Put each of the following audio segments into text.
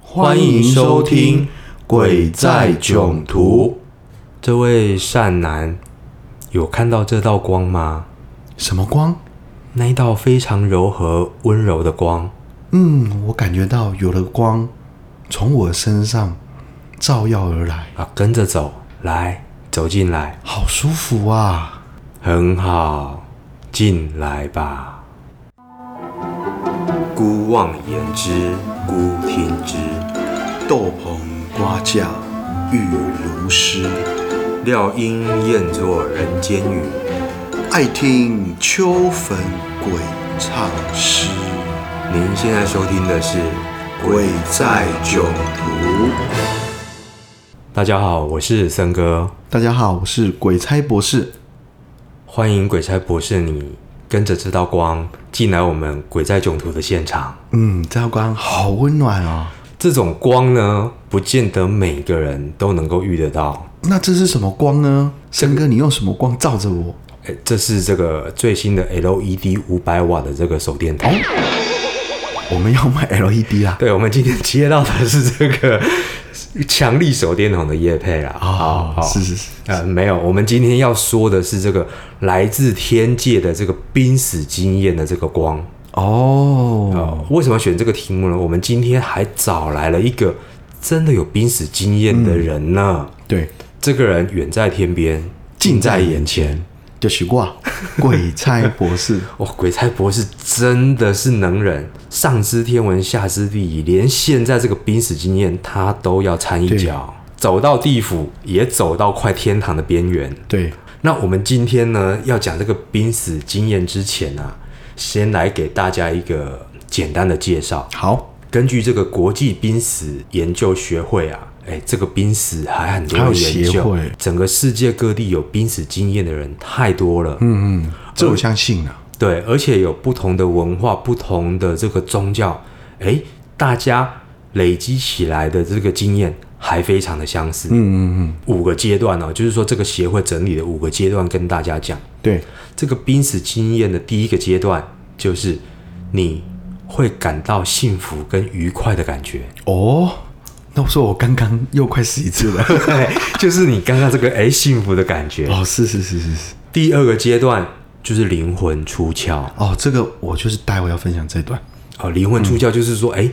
欢迎收听《鬼在囧途》。这位善男有看到这道光吗？什么光？那一道非常柔和、温柔的光。嗯，我感觉到有了光从我身上照耀而来，啊，跟着走，来，走进来，好舒服啊！很好，进来吧。孤望言之，孤听之，豆棚瓜架雨如诗，料应厌作人间语。爱听秋坟鬼唱诗。您现在收听的是《鬼在囧途》，大家好，我是森哥，大家好，我是鬼差博士。欢迎鬼差博士你跟着这道光进来我们《鬼在囧途》的现场。嗯，这道光好温暖哦。这种光呢，不见得每个人都能够遇得到。那这是什么光呢？森哥，你用什么光照着我？诶这是这个最新的 LED 五百瓦的这个手电筒。我们要买 LED 啦。对，我们今天接到的是这个强力手电筒的叶配啦。好好是是是，呃，没有，我们今天要说的是这个来自天界的这个濒死经验的这个光。哦，哦，为什么选这个题目呢？我们今天还找来了一个真的有濒死经验的人呢。对，这个人远在天边，近在眼前。就是 我，鬼差博士。哦，鬼差博士真的是能忍，上知天文，下知地理，连现在这个濒死经验他都要掺一脚，走到地府也走到快天堂的边缘。对，那我们今天呢，要讲这个濒死经验之前啊，先来给大家一个简单的介绍。好，根据这个国际濒死研究学会啊，哎，这个濒死还很多还有人研协究会，整个世界各地有濒死经验的人太多了。嗯嗯，这我相信啊。对，而且有不同的文化、不同的这个宗教，诶，大家累积起来的这个经验还非常的相似。嗯嗯五个阶段哦，就是说这个协会整理的五个阶段跟大家讲，嗯，对，这个濒死经验的第一个阶段就是你会感到幸福跟愉快的感觉。哦，那我说我刚刚又快死一次了。对，哎就是你刚刚这个诶，幸福的感觉。 哦，是是是是是。第二个阶段就是灵魂出窍。哦，这个我就是待会要分享这段。哦，灵魂出窍就是说，哎、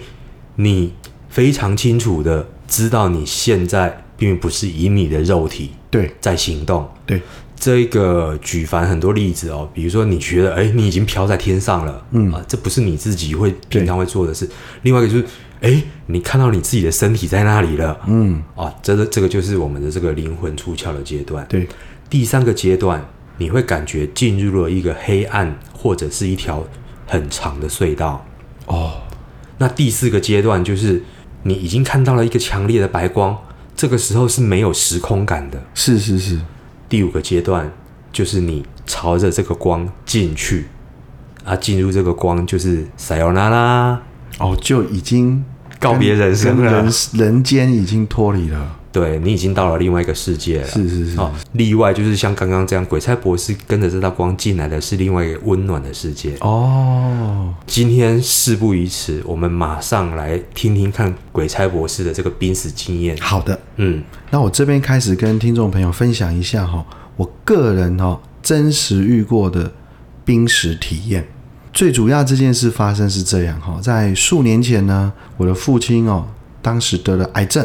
你非常清楚的知道你现在并不是以你的肉体对在行动。对，这个举凡很多例子哦，比如说你觉得，哎、你已经飘在天上了，嗯啊，这不是你自己会对平常会做的事。另外一个就是，哎、你看到你自己的身体在那里了，嗯啊，这个这个就是我们的这个灵魂出窍的阶段。对，第三个阶段，你会感觉进入了一个黑暗或者是一条很长的隧道。哦，那第四个阶段就是你已经看到了一个强烈的白光，这个时候是没有时空感的。是是是，第五个阶段就是你朝着这个光进去，啊，进入这个光就是撒由那拉，哦，就已经告别人生跟了人人间已经脱离了。对你已经到了另外一个世界了。是是是哦，例外就是像刚刚这样，鬼差博士跟着这道光进来的是另外一个温暖的世界。哦，今天事不宜迟，我们马上来听听看鬼差博士的这个濒死经验。好的，嗯，那我这边开始跟听众朋友分享一下哈，我个人哈真实遇过的濒死体验。最主要这件事发生是这样哈，在数年前呢，我的父亲哦，当时得了癌症，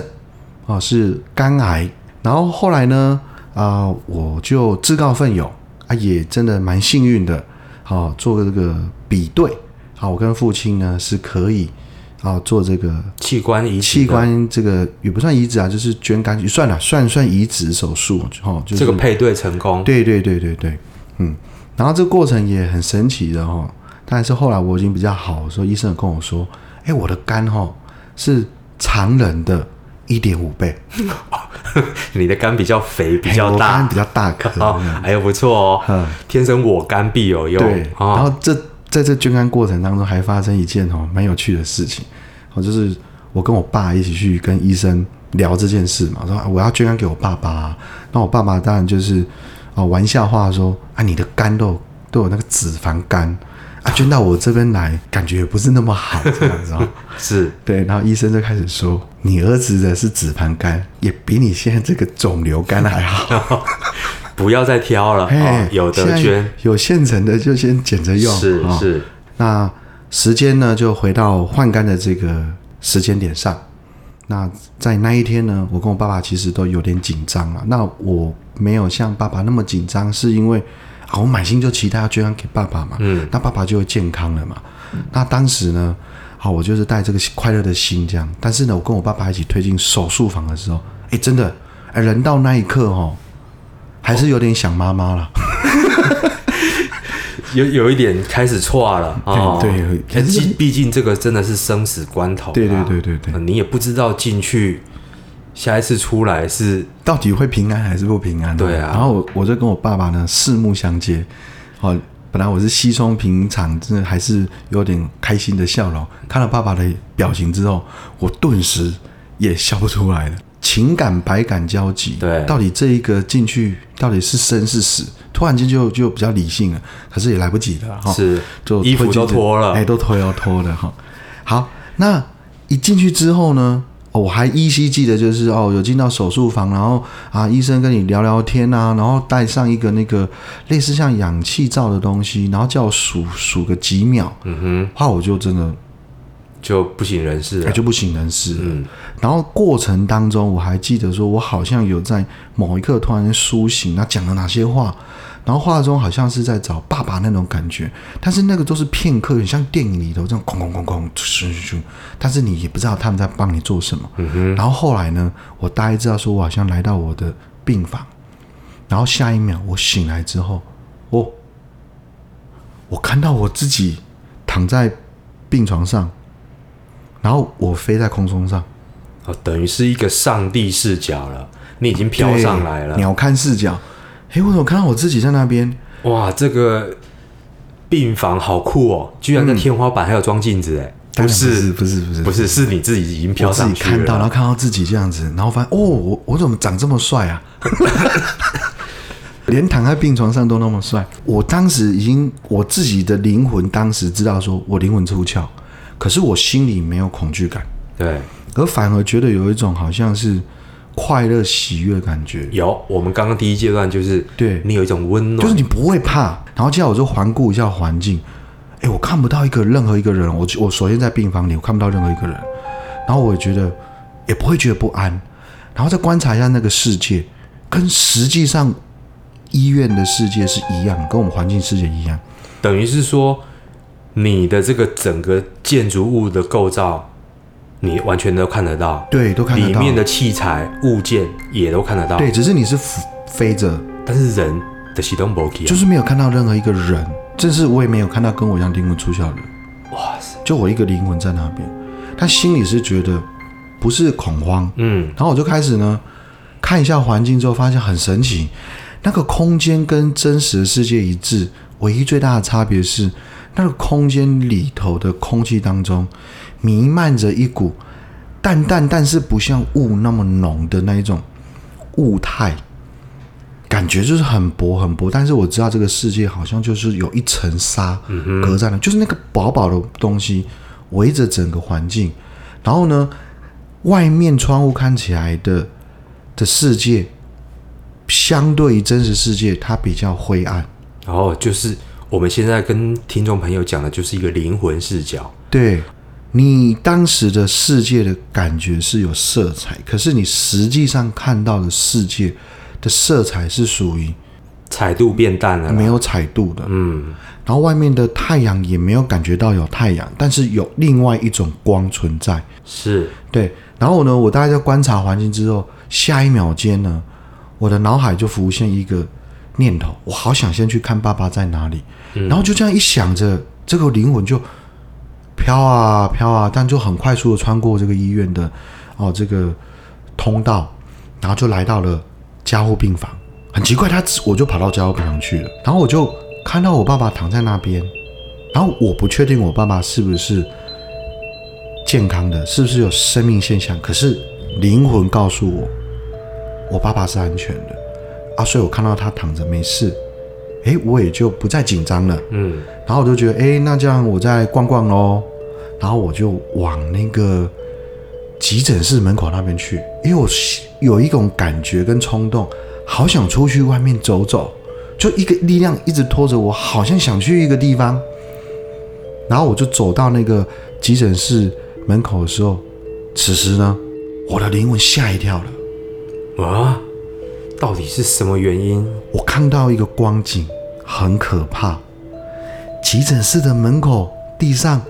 哦是肝癌，然后后来呢，啊、我就自告奋勇啊，也真的蛮幸运的，好、做个这个比对，好、我跟父亲呢是可以啊、做这个器官移植的器官这个也不算移植啊，就是捐肝，算了，算算移植手术哦，就是这个配对成功， 对对对对对，嗯，然后这个过程也很神奇的哦，但是后来我已经比较好的时候，医生有跟我说，哎，我的肝哦是常人的一点五倍，你的肝比较肥，比哎较我大肝，比较大颗， 哦，哎呦不错哦嗯，天生我肝必有用对，然哦，后这在这捐肝过程当中还发生一件哦蛮有趣的事情，哦，就是我跟我爸一起去跟医生聊这件事嘛，我说啊我要捐肝给我爸爸、那我爸爸当然就是哦玩笑话说啊你的肝都有都有那个脂肪肝，啊，捐到我这边来，感觉也不是那么好，这样 子哦。是对，然后医生就开始说，你儿子的是脂肪肝，也比你现在这个肿瘤肝还好。不要再挑了，哎 哦、，有现的在捐，有现成的就先捡着用。是哦是，那时间呢，就回到换肝的这个时间点上。那在那一天呢，我跟我爸爸其实都有点紧张了。那我没有像爸爸那么紧张，是因为啊，我满心就期待要捐肝给爸爸嘛，嗯，那爸爸就会健康了嘛。那当时呢，好，我就是带这个快乐的心这样。但是呢，我跟我爸爸一起推进手术房的时候，哎，真的，哎，人到那一刻哦，还是有点想妈妈了。有有一点开始错了哦，对对哎毕毕竟这个真的是生死关头啊，对对对对对呃你也不知道进去下一次出来是到底会平安还是不平安、对啊然后我我就跟我爸爸呢四目相接，哦，本来我是稀松平常，真的还是有点开心的笑容。看了爸爸的表情之后，我顿时也笑不出来了。情感百感交集，对到底这一个进去到底是生是死，突然间就就比较理性了，可是也来不及了哈。是哦就衣服推进都去脱了哎，都脱要脱了哈。好，那一进去之后呢，哦我还依稀记得就是哦，有进到手术房，然后啊，医生跟你聊聊天啊，然后带上一个那个类似像氧气罩的东西，然后叫我数数个几秒，嗯后来我就真的哼就不省人事哎了，就不省人事了。嗯然后过程当中，我还记得说，我好像有在某一刻突然苏醒，那讲了哪些话，然后话中好像是在找爸爸那种感觉，但是那个都是片刻，很像电影里头这样哐哐哐哐，咻咻咻，但是你也不知道他们在帮你做什么。然后后来呢，我大概知道说我好像来到我的病房，然后下一秒我醒来之后，哦，我看到我自己躺在病床上，然后我飞在空中上。哦，等于是一个上帝视角了，你已经飘对上来了，哎鸟瞰视角。诶，我怎么看到我自己在那边？哇，这个病房好酷哦，居然在天花板还有装镜子，哎，当然不是不是不是不是，是你自己已经飘我自上己去了，看到，然后看到自己这样子，然后发现哦，我我怎么长这么帅啊？ 连躺在病床上都那么帅。我当时已经我自己的灵魂，当时知道说我灵魂出窍，可是我心里没有恐惧感，对，而反而觉得有一种好像是快乐喜悦的感觉。有，我们刚刚第一阶段就是，对你有一种温就是暖，你不会怕。然后接下来我就环顾一下环境，哎，我看不到一个任何一个人。我我首先在病房里，我看不到任何一个人，然后我也觉得也不会觉得不安，然后再观察一下那个世界，跟实际上医院的世界是一样，跟我们环境世界一样。等于是说，你的这个整个建筑物的构造，你完全都看得到，对，都看得里到。面的器材物件也都看得到，对，，只是你是浮飞着，但是人的启动啊不起，就是没有看到任何一个人，甚至我也没有看到跟我一样灵魂出窍的人。哇塞，就我一个灵魂在那边，他心里是觉得不是恐慌，嗯，然后我就开始呢看一下环境之后，发现很神奇，那个空间跟真实的世界一致，唯一最大的差别是那个空间里头的空气当中弥漫着一股淡淡，但是不像雾那么浓的那一种雾态。感觉就是很薄很薄，但是我知道这个世界好像就是有一层纱隔在那，就是那个薄薄的东西围着整个环境。然后呢，外面窗户看起来的的世界，相对于真实世界，它比较灰暗。然后就是我们现在跟听众朋友讲的，就是一个灵魂视角，对你当时的世界的感觉是有色彩，可是你实际上看到的世界的色彩是属于彩度变淡了，没，有彩度的。嗯，然后外面的太阳也没有感觉到有太阳，但是有另外一种光存在。是对，然后呢，我大概在观察环境之后，下一秒间呢，我的脑海就浮现一个念头，我好想先去看爸爸在哪里。然后就这样一想着，这个灵魂就飘啊飘啊，但就很快速的穿过这个医院的哦这个通道，然后就来到了加护病房。很奇怪，他我就跑到加护病房去了，然后我就看到我爸爸躺在那边，然后我不确定我爸爸是不是健康的，是不是有生命现象？可是灵魂告诉我，我爸爸是安全的啊，所以我看到他躺着没事，诶，我也就不再紧张了。嗯，然后我就觉得，诶，那这样我再逛逛喽。然后我就往那个急诊室门口那边去，因为我是有一种感觉跟冲动，好想出去外面走走，就一个力量一直拖着我，好像想去一个地方。然后我就走到那个急诊室门口的时候，此时呢，我的灵魂吓一跳了。啊，到底是什么原因？我看到一个光景，很可怕。急诊室的门口地上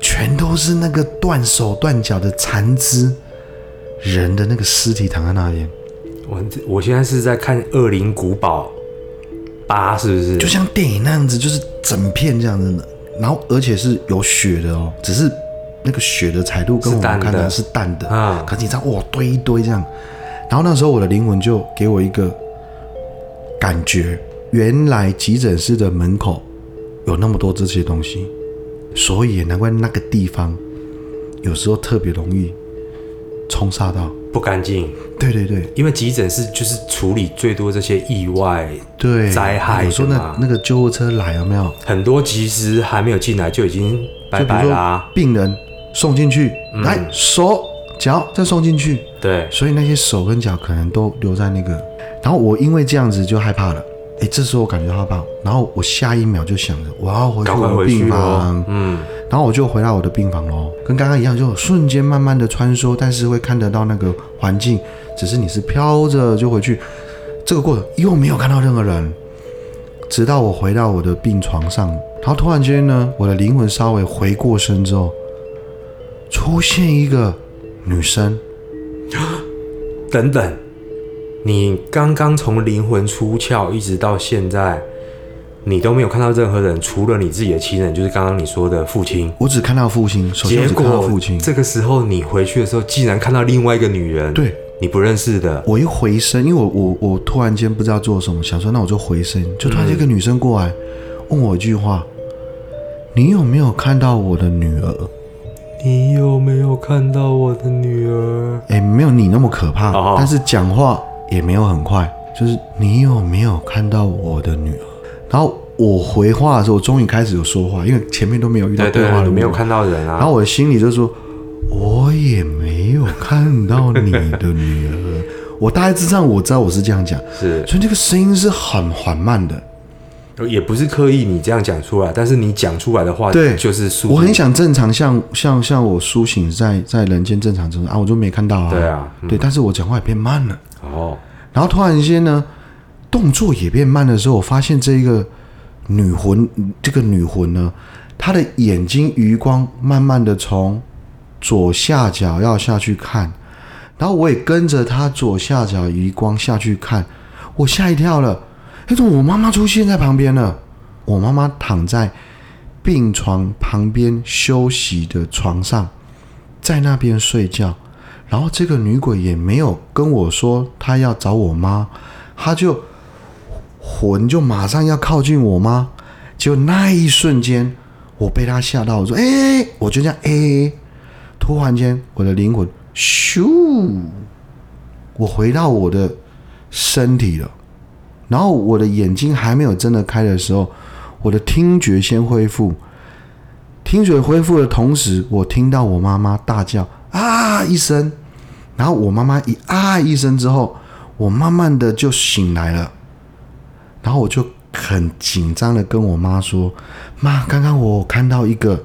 全都是那个断手断脚的残肢，人的那个尸体躺在那边，我我现在是在看《恶灵古堡八》，是不是？就像电影那样子，就是整片这样子的。然后而且是有血的哦，只是那个血的彩度跟我是淡们的看的是淡的。啊可是你知道，哇，堆一堆这样。然后那时候我的灵魂就给我一个感觉，原来急诊室的门口有那么多这些东西，所以也难怪那个地方有时候特别容易冲煞到。不干净，对对对因为急诊室就是处理最多这些意外，对，灾害有时候的那嘛那个救护车来有没有？很多其实还没有进来就已经拜就比拜如啦、说嗯病人送进去，来手脚再送进去，对，所以那些手跟脚可能都留在那个。然后我因为这样子就害怕了，哎，这时候我感觉到害怕，然后我下一秒就想着我要回去赶快我的回病啊去房哦。，嗯，然后我就回到我的病房喽，跟刚刚一样，就瞬间慢慢的穿梭，但是会看得到那个环境，只是你是飘着就回去。这个过程又没有看到任何人，直到我回到我的病床上，然后突然间呢，我的灵魂稍微回过身之后，出现一个女生，等等，你刚刚从灵魂出窍一直到现在，你都没有看到任何人，除了你自己的亲人，就是刚刚你说的父亲。我只看到父亲，首先结我只看到果父亲，这个时候你回去的时候，竟然看到另外一个女人，对你不认识的，我一回身，因为我我我突然间不知道做什么，想说那我就回身，就突然间一个女生过来、问我一句话：“你有没有看到我的女儿你有没有看到我的女儿？？”哎，没有你那么可怕，哦但是讲话也没有很快，就是你有没有看到我的女儿？然后我回话的时候，我终于开始有说话，因为前面都没有遇到对对对话，的你没有问题看到人啊。然后我的心里就说，我也没有看到你的女儿。 我大概知道，我知道我是这样讲，是，所以这个声音是很缓慢的。也不是刻意你这样讲出来，但是你讲出来的话，对就是速我很想正常像，像像我苏醒在在人间正常之中啊，我就没看到啊。对啊嗯对，但是我讲话也变慢了，哦，然后突然间呢，动作也变慢的时候，我发现这一个女魂，这个女魂呢，她的眼睛余光慢慢的从左下角要下去看，然后我也跟着她左下角余光下去看，我吓一跳了，哎，怎么我妈妈出现在旁边了？我妈妈躺在病床旁边休息的床上，在那边睡觉。然后这个女鬼也没有跟我说她要找我妈，她就魂就马上要靠近我妈，结果那一瞬间我被她吓到，我说：“哎、我就这样哎、突然间我的灵魂咻，我回到我的身体了。然后我的眼睛还没有真的开的时候，我的听觉先恢复，听觉恢复的同时，我听到我妈妈大叫啊一声，然后我妈妈一啊一声之后，我慢慢的就醒来了，然后我就很紧张的跟我妈说：“妈，刚刚我看到一个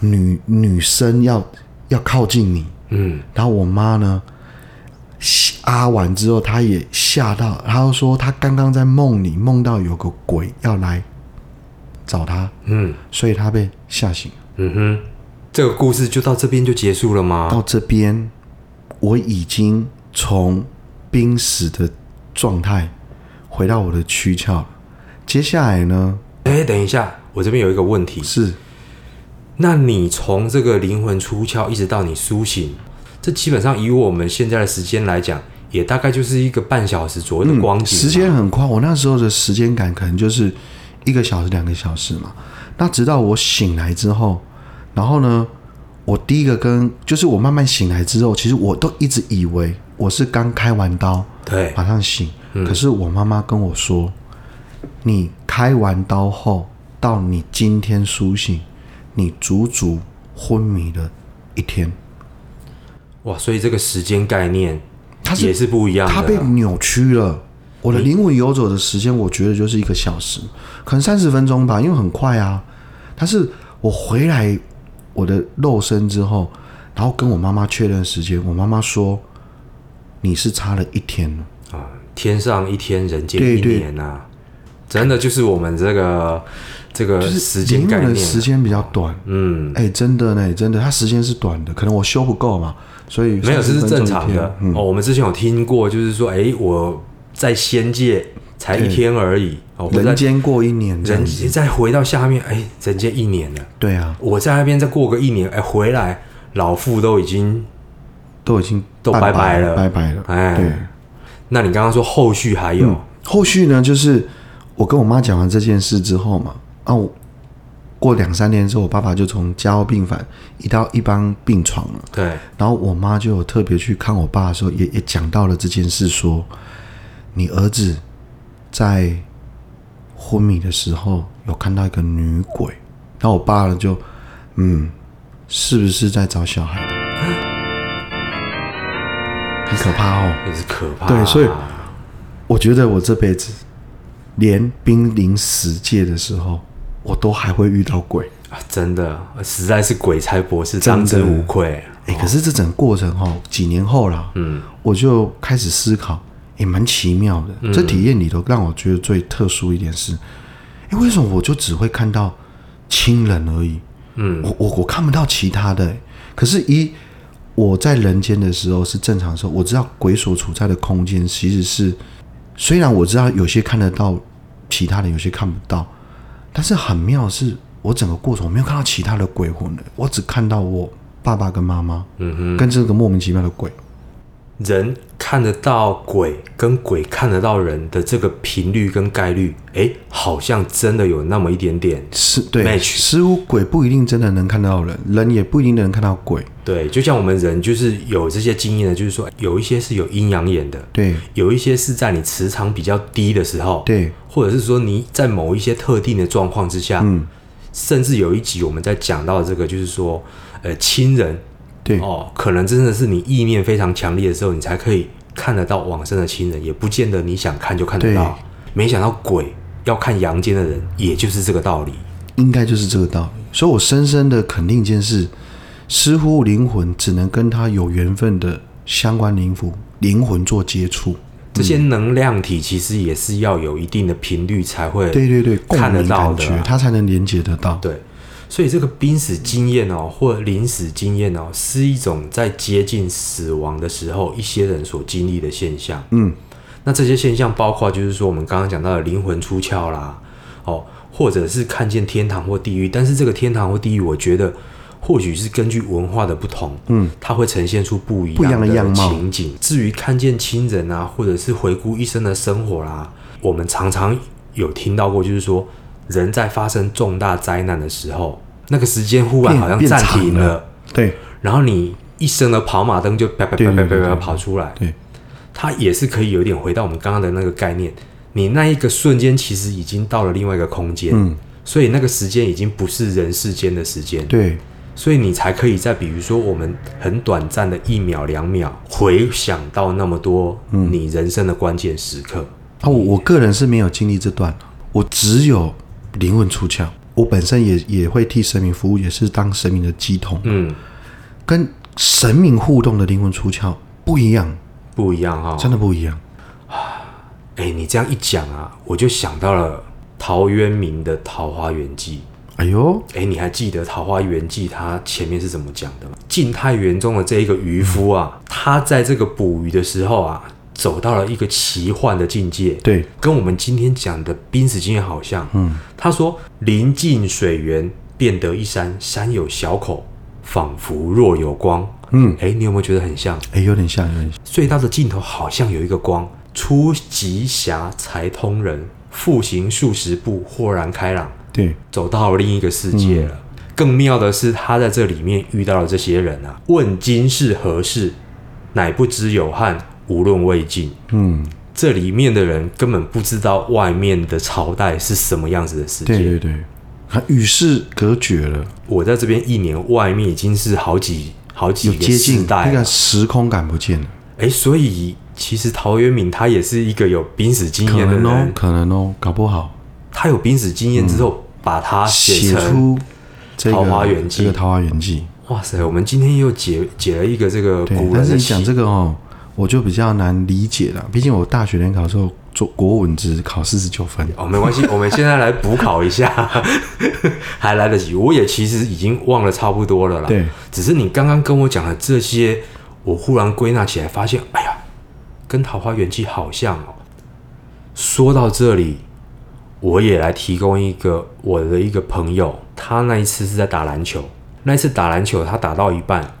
女女生要要靠近你。”嗯，然后我妈呢，啊完之后，她也吓到，她就说她刚刚在梦里梦到有个鬼要来找她，嗯所以她被吓醒。嗯哼，这个故事就到这边就结束了吗？到这边，我已经从濒死的状态回到我的躯壳了。接下来呢哎、等一下，我这边有一个问题，是那你从这个灵魂出窍一直到你苏醒，这基本上以我们现在的时间来讲，也大概就是一个半小时左右的光景嗯嘛、时间很快，我那时候的时间感可能就是一个小时、两个小时嘛。那直到我醒来之后，然后呢，我第一个跟就是我慢慢醒来之后，其实我都一直以为我是刚开完刀对嗯马上醒，可是我妈妈跟我说，你开完刀后到你今天苏醒，你足足昏迷了一天，哇，所以这个时间概念它是也是不一样的。啊它被扭曲了。我的灵魂游走的时间，我觉得就是一个小时，可能三十分钟吧，因为很快啊。但是我回来我的肉身之后，然后跟我妈妈确认时间，我妈妈说你是差了一天了。啊，天上一天，人间对一对年呐、啊真的就是我们这个这个就是时间灵概魂念的啊、时间比较短。嗯，哎、真的呢，真的，它时间是短的，可能我修不够嘛，所以没有，这30分是钟正一常天的、嗯，哦。我们之前有听过，就是说，哎、我在仙界才一天而已，哦，我在人间过一年这样人子，再回到下面，哎、人间一年了，对啊，我在那边再过个一年，哎、回来老父都已经，都已经都拜拜拜了拜拜了。哎对，那你刚刚说后续还嗯有，后续呢，就是我跟我妈讲完这件事之后嘛，啊，我过两三年之后，我爸爸就从加护病房移到一般病床了。对，然后我妈就有特别去看我爸的时候，也也讲到了这件事说你儿子在昏迷的时候有看到一个女鬼。然后我爸呢就，嗯，是不是在找小孩的？很可怕哦。也是可怕、啊对所以我觉得我这辈子连濒临死界的时候，我都还会遇到鬼。啊，真的，实在是鬼才博士真的当之无愧。哎、可是这整个过程哦，几年后啦，嗯，我就开始思考，也、蛮奇妙的。这体验里头让我觉得最特殊一点是，哎、为什么我就只会看到亲人而已？嗯，我我我看不到其他的、诶欸可是，一我在人间的时候是正常的时候，我知道鬼所处在的空间其实是，虽然我知道有些看得到其他的，有些看不到，但是很妙的是，我整个过程我没有看到其他的鬼魂的，我只看到我爸爸跟妈妈，嗯哼，跟这个莫名其妙的鬼。人看得到鬼跟鬼看得到人的这个频率跟概率，哎，好像真的有那么一点点。是对， match 似乎鬼不一定真的能看到人，人也不一定能看到鬼。对，就像我们人就是有这些经验的，就是说有一些是有阴阳眼的，对有一些是在你磁场比较低的时候，，对，或者是说你在某一些特定的状况之下，嗯，甚至有一集我们在讲到这个，就是说，呃，亲人对，哦，可能真的是你意念非常强烈的时候，你才可以看得到往生的亲人，也不见得你想看就看得到。没想到鬼要看阳间的人，也就是这个道理。应该就是这个道理。所以我深深的肯定一件事：，似乎灵魂只能跟他有缘分的相关灵魂灵魂做接触。这些嗯能量体其实也是要有一定的频率才会对对对，共看得鸣到感的觉，啊。他才能连接得到。对，所以这个濒死经验哦，或临死经验哦，是一种在接近死亡的时候，一些人所经历的现象。嗯，那这些现象包括就是说我们刚刚讲到的灵魂出窍啦，哦，或者是看见天堂或地狱，但是这个天堂或地狱，我觉得或许是根据文化的不同，嗯，它会呈现出不一不一样的样貌情景。至于看见亲人啊，或者是回顾一生的生活啦、我们常常有听到过，就是说人在发生重大灾难的时候，那个时间忽然变好像变暂长停了了对然后你一生的跑马灯就啪啪啪啪啪啪跑出来，对它也是可以有点回到我们刚刚的那个概念，你那一个瞬间其实已经到了另外一个空间，嗯，所以那个时间已经不是人世间的时间，，对所以你才可以在比如说我们很短暂的一秒两秒回想到那么多嗯你人生的关键时刻，啊，我我个人是没有经历这段，我只有灵魂出窍。我本身也也会替神明服务，也是当神明的鸡桶。嗯，跟神明互动的灵魂出窍不一样，不一样哈、真的不一样。哎，你这样一讲啊，我就想到了陶渊明的《桃花源记》。哎呦，哎，你还记得《桃花源记》它前面是怎么讲的吗？晋太元中的这一个渔夫啊，他在这个捕鱼的时候啊，走到了一个奇幻的境界，对，跟我们今天讲的濒死经验好像。嗯，他说：“临近水源，便得一山，山有小口，仿佛若有光。”嗯，哎，你有没有觉得很像？哎，有点像，有点像。隧道的尽头好像有一个光，出极狭才通人，复行数十步，豁然开朗。对，走到了另一个世界了。嗯更妙的是，他在这里面遇到了这些人啊，问今是何事，乃不知有汉，无论魏晋。嗯，这里面的人根本不知道外面的朝代是什么样子的世界。对对对，他与世隔绝了，我在这边一年，外面已经是好几好几有个接世近代啊那了个。时空感不见了，哎、所以其实陶渊明他也是一个有濒死经可验的能哦人，，可能哦，搞不好他有濒死经验之后，把它写成。出这个桃花源记这个《桃花源记》。哇塞，我们今天又解解了一个这个对，古但人是的你讲习这个哦，我就比较难理解了。毕竟我大学联考的时候做国文只考四十九分，哦，没关系，我 们现在来补考一下， 还来得及。我也其实已经忘了差不多了啦。对，只是你刚刚跟我讲的这些，我忽然归纳起来，发现，哎呀，跟《桃花源记》好像哦。说到这里，我也来提供一个我的一个朋友，他那一次是在打篮球，那一次打篮球，他打到一半，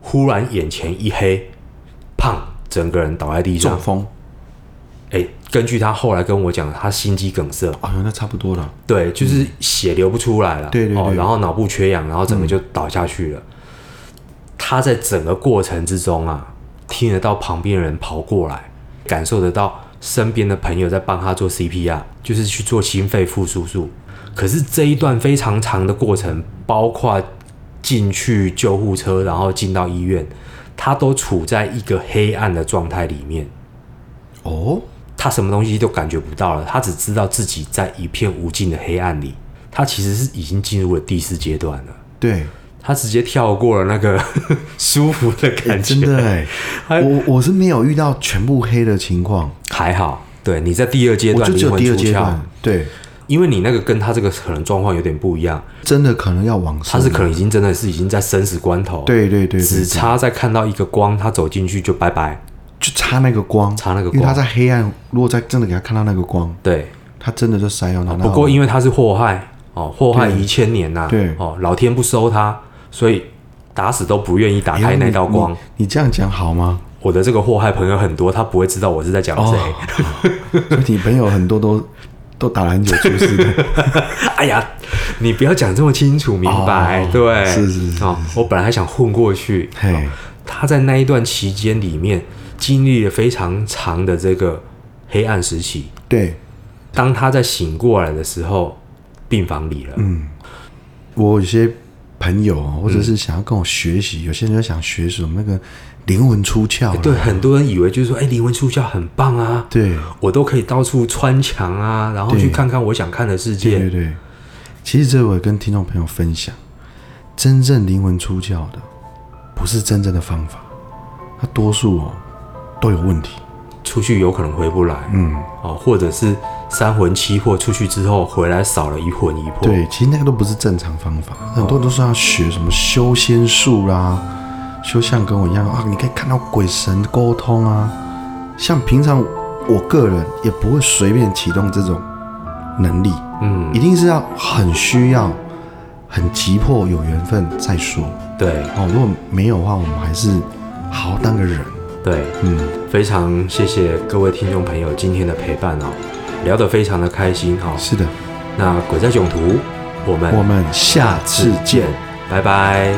忽然眼前一黑，胖，整个人倒在地上中。风。哎、根据他后来跟我讲，他心肌梗塞。哎呦，那差不多了。对，就是血流不出来了，对对哦对，嗯然后脑部缺氧，然后整个就倒下去了。他在整个过程之中啊，听得到旁边人跑过来，感受得到身边的朋友在帮他做 CPR，就是去做心肺复苏术。可是这一段非常长的过程，包括进去救护车，然后进到医院，他都处在一个黑暗的状态里面。哦，他什么东西都感觉不到了，他只知道自己在一片无尽的黑暗里。他其实是已经进入了第四阶段了，对，他直接跳过了那个 舒服的感觉，真的哎， 还我我是没有遇到全部黑的情况，还好。对，你在第二阶我段就只灵有魂第二出阶窍段，，对，因为你那个跟他这个可能状况有点不一样，真的可能要往他上。是可能已经真的是已经在生死关头，对对对对只差再看到一个光，他走进去就拜拜。就差那个光，差那个光因为他在黑暗，如果在真的给他看到那个光，对，他真的就塞到那。啊不过因为他是祸害哦，祸害一千年呐、对哦，老天不收他，所以打死都不愿意打哎呦开那道光。你你你这样讲好吗？我的这个祸害朋友很多，他不会知道我是在讲谁。哦所以你朋友很多都 都打篮球出事 的， 哎呀，你不要讲这么清楚，明白？哦对，是是是哦，我本来还想混过去。哦嘿，他在那一段期间里面经历了非常长的这个黑暗时期。对。当他在醒过来的时候，病房里了。嗯，我有些朋友哦或者是想要跟我学习，有些人就想学什么那个灵魂出窍了，嗯对，很多人以为就是说，哎，灵魂出窍很棒啊，对我都可以到处穿墙啊，然后对去看看我想看的世对界。对对。其实这我也跟听众朋友分享，真正灵魂出窍的不是真正的方法，它多数哦都有问题。出去有可能回不来，嗯，哦，或者是三魂七魄出去之后回来少了一魂一魄。对，其实那个都不是正常方法，很多都是要学什么修仙术啦、修像跟我一样啊，你可以看到鬼神沟通啊。像平常我个人也不会随便启动这种能力，嗯，一定是要很需要、很急迫、有缘分再说对哦。如果没有的话，我们还是好好当个人。对，嗯，非常谢谢各位听众朋友今天的陪伴哦，聊得非常的开心哈、哦。是的，那鬼在囧途，我们我们下次见。拜拜。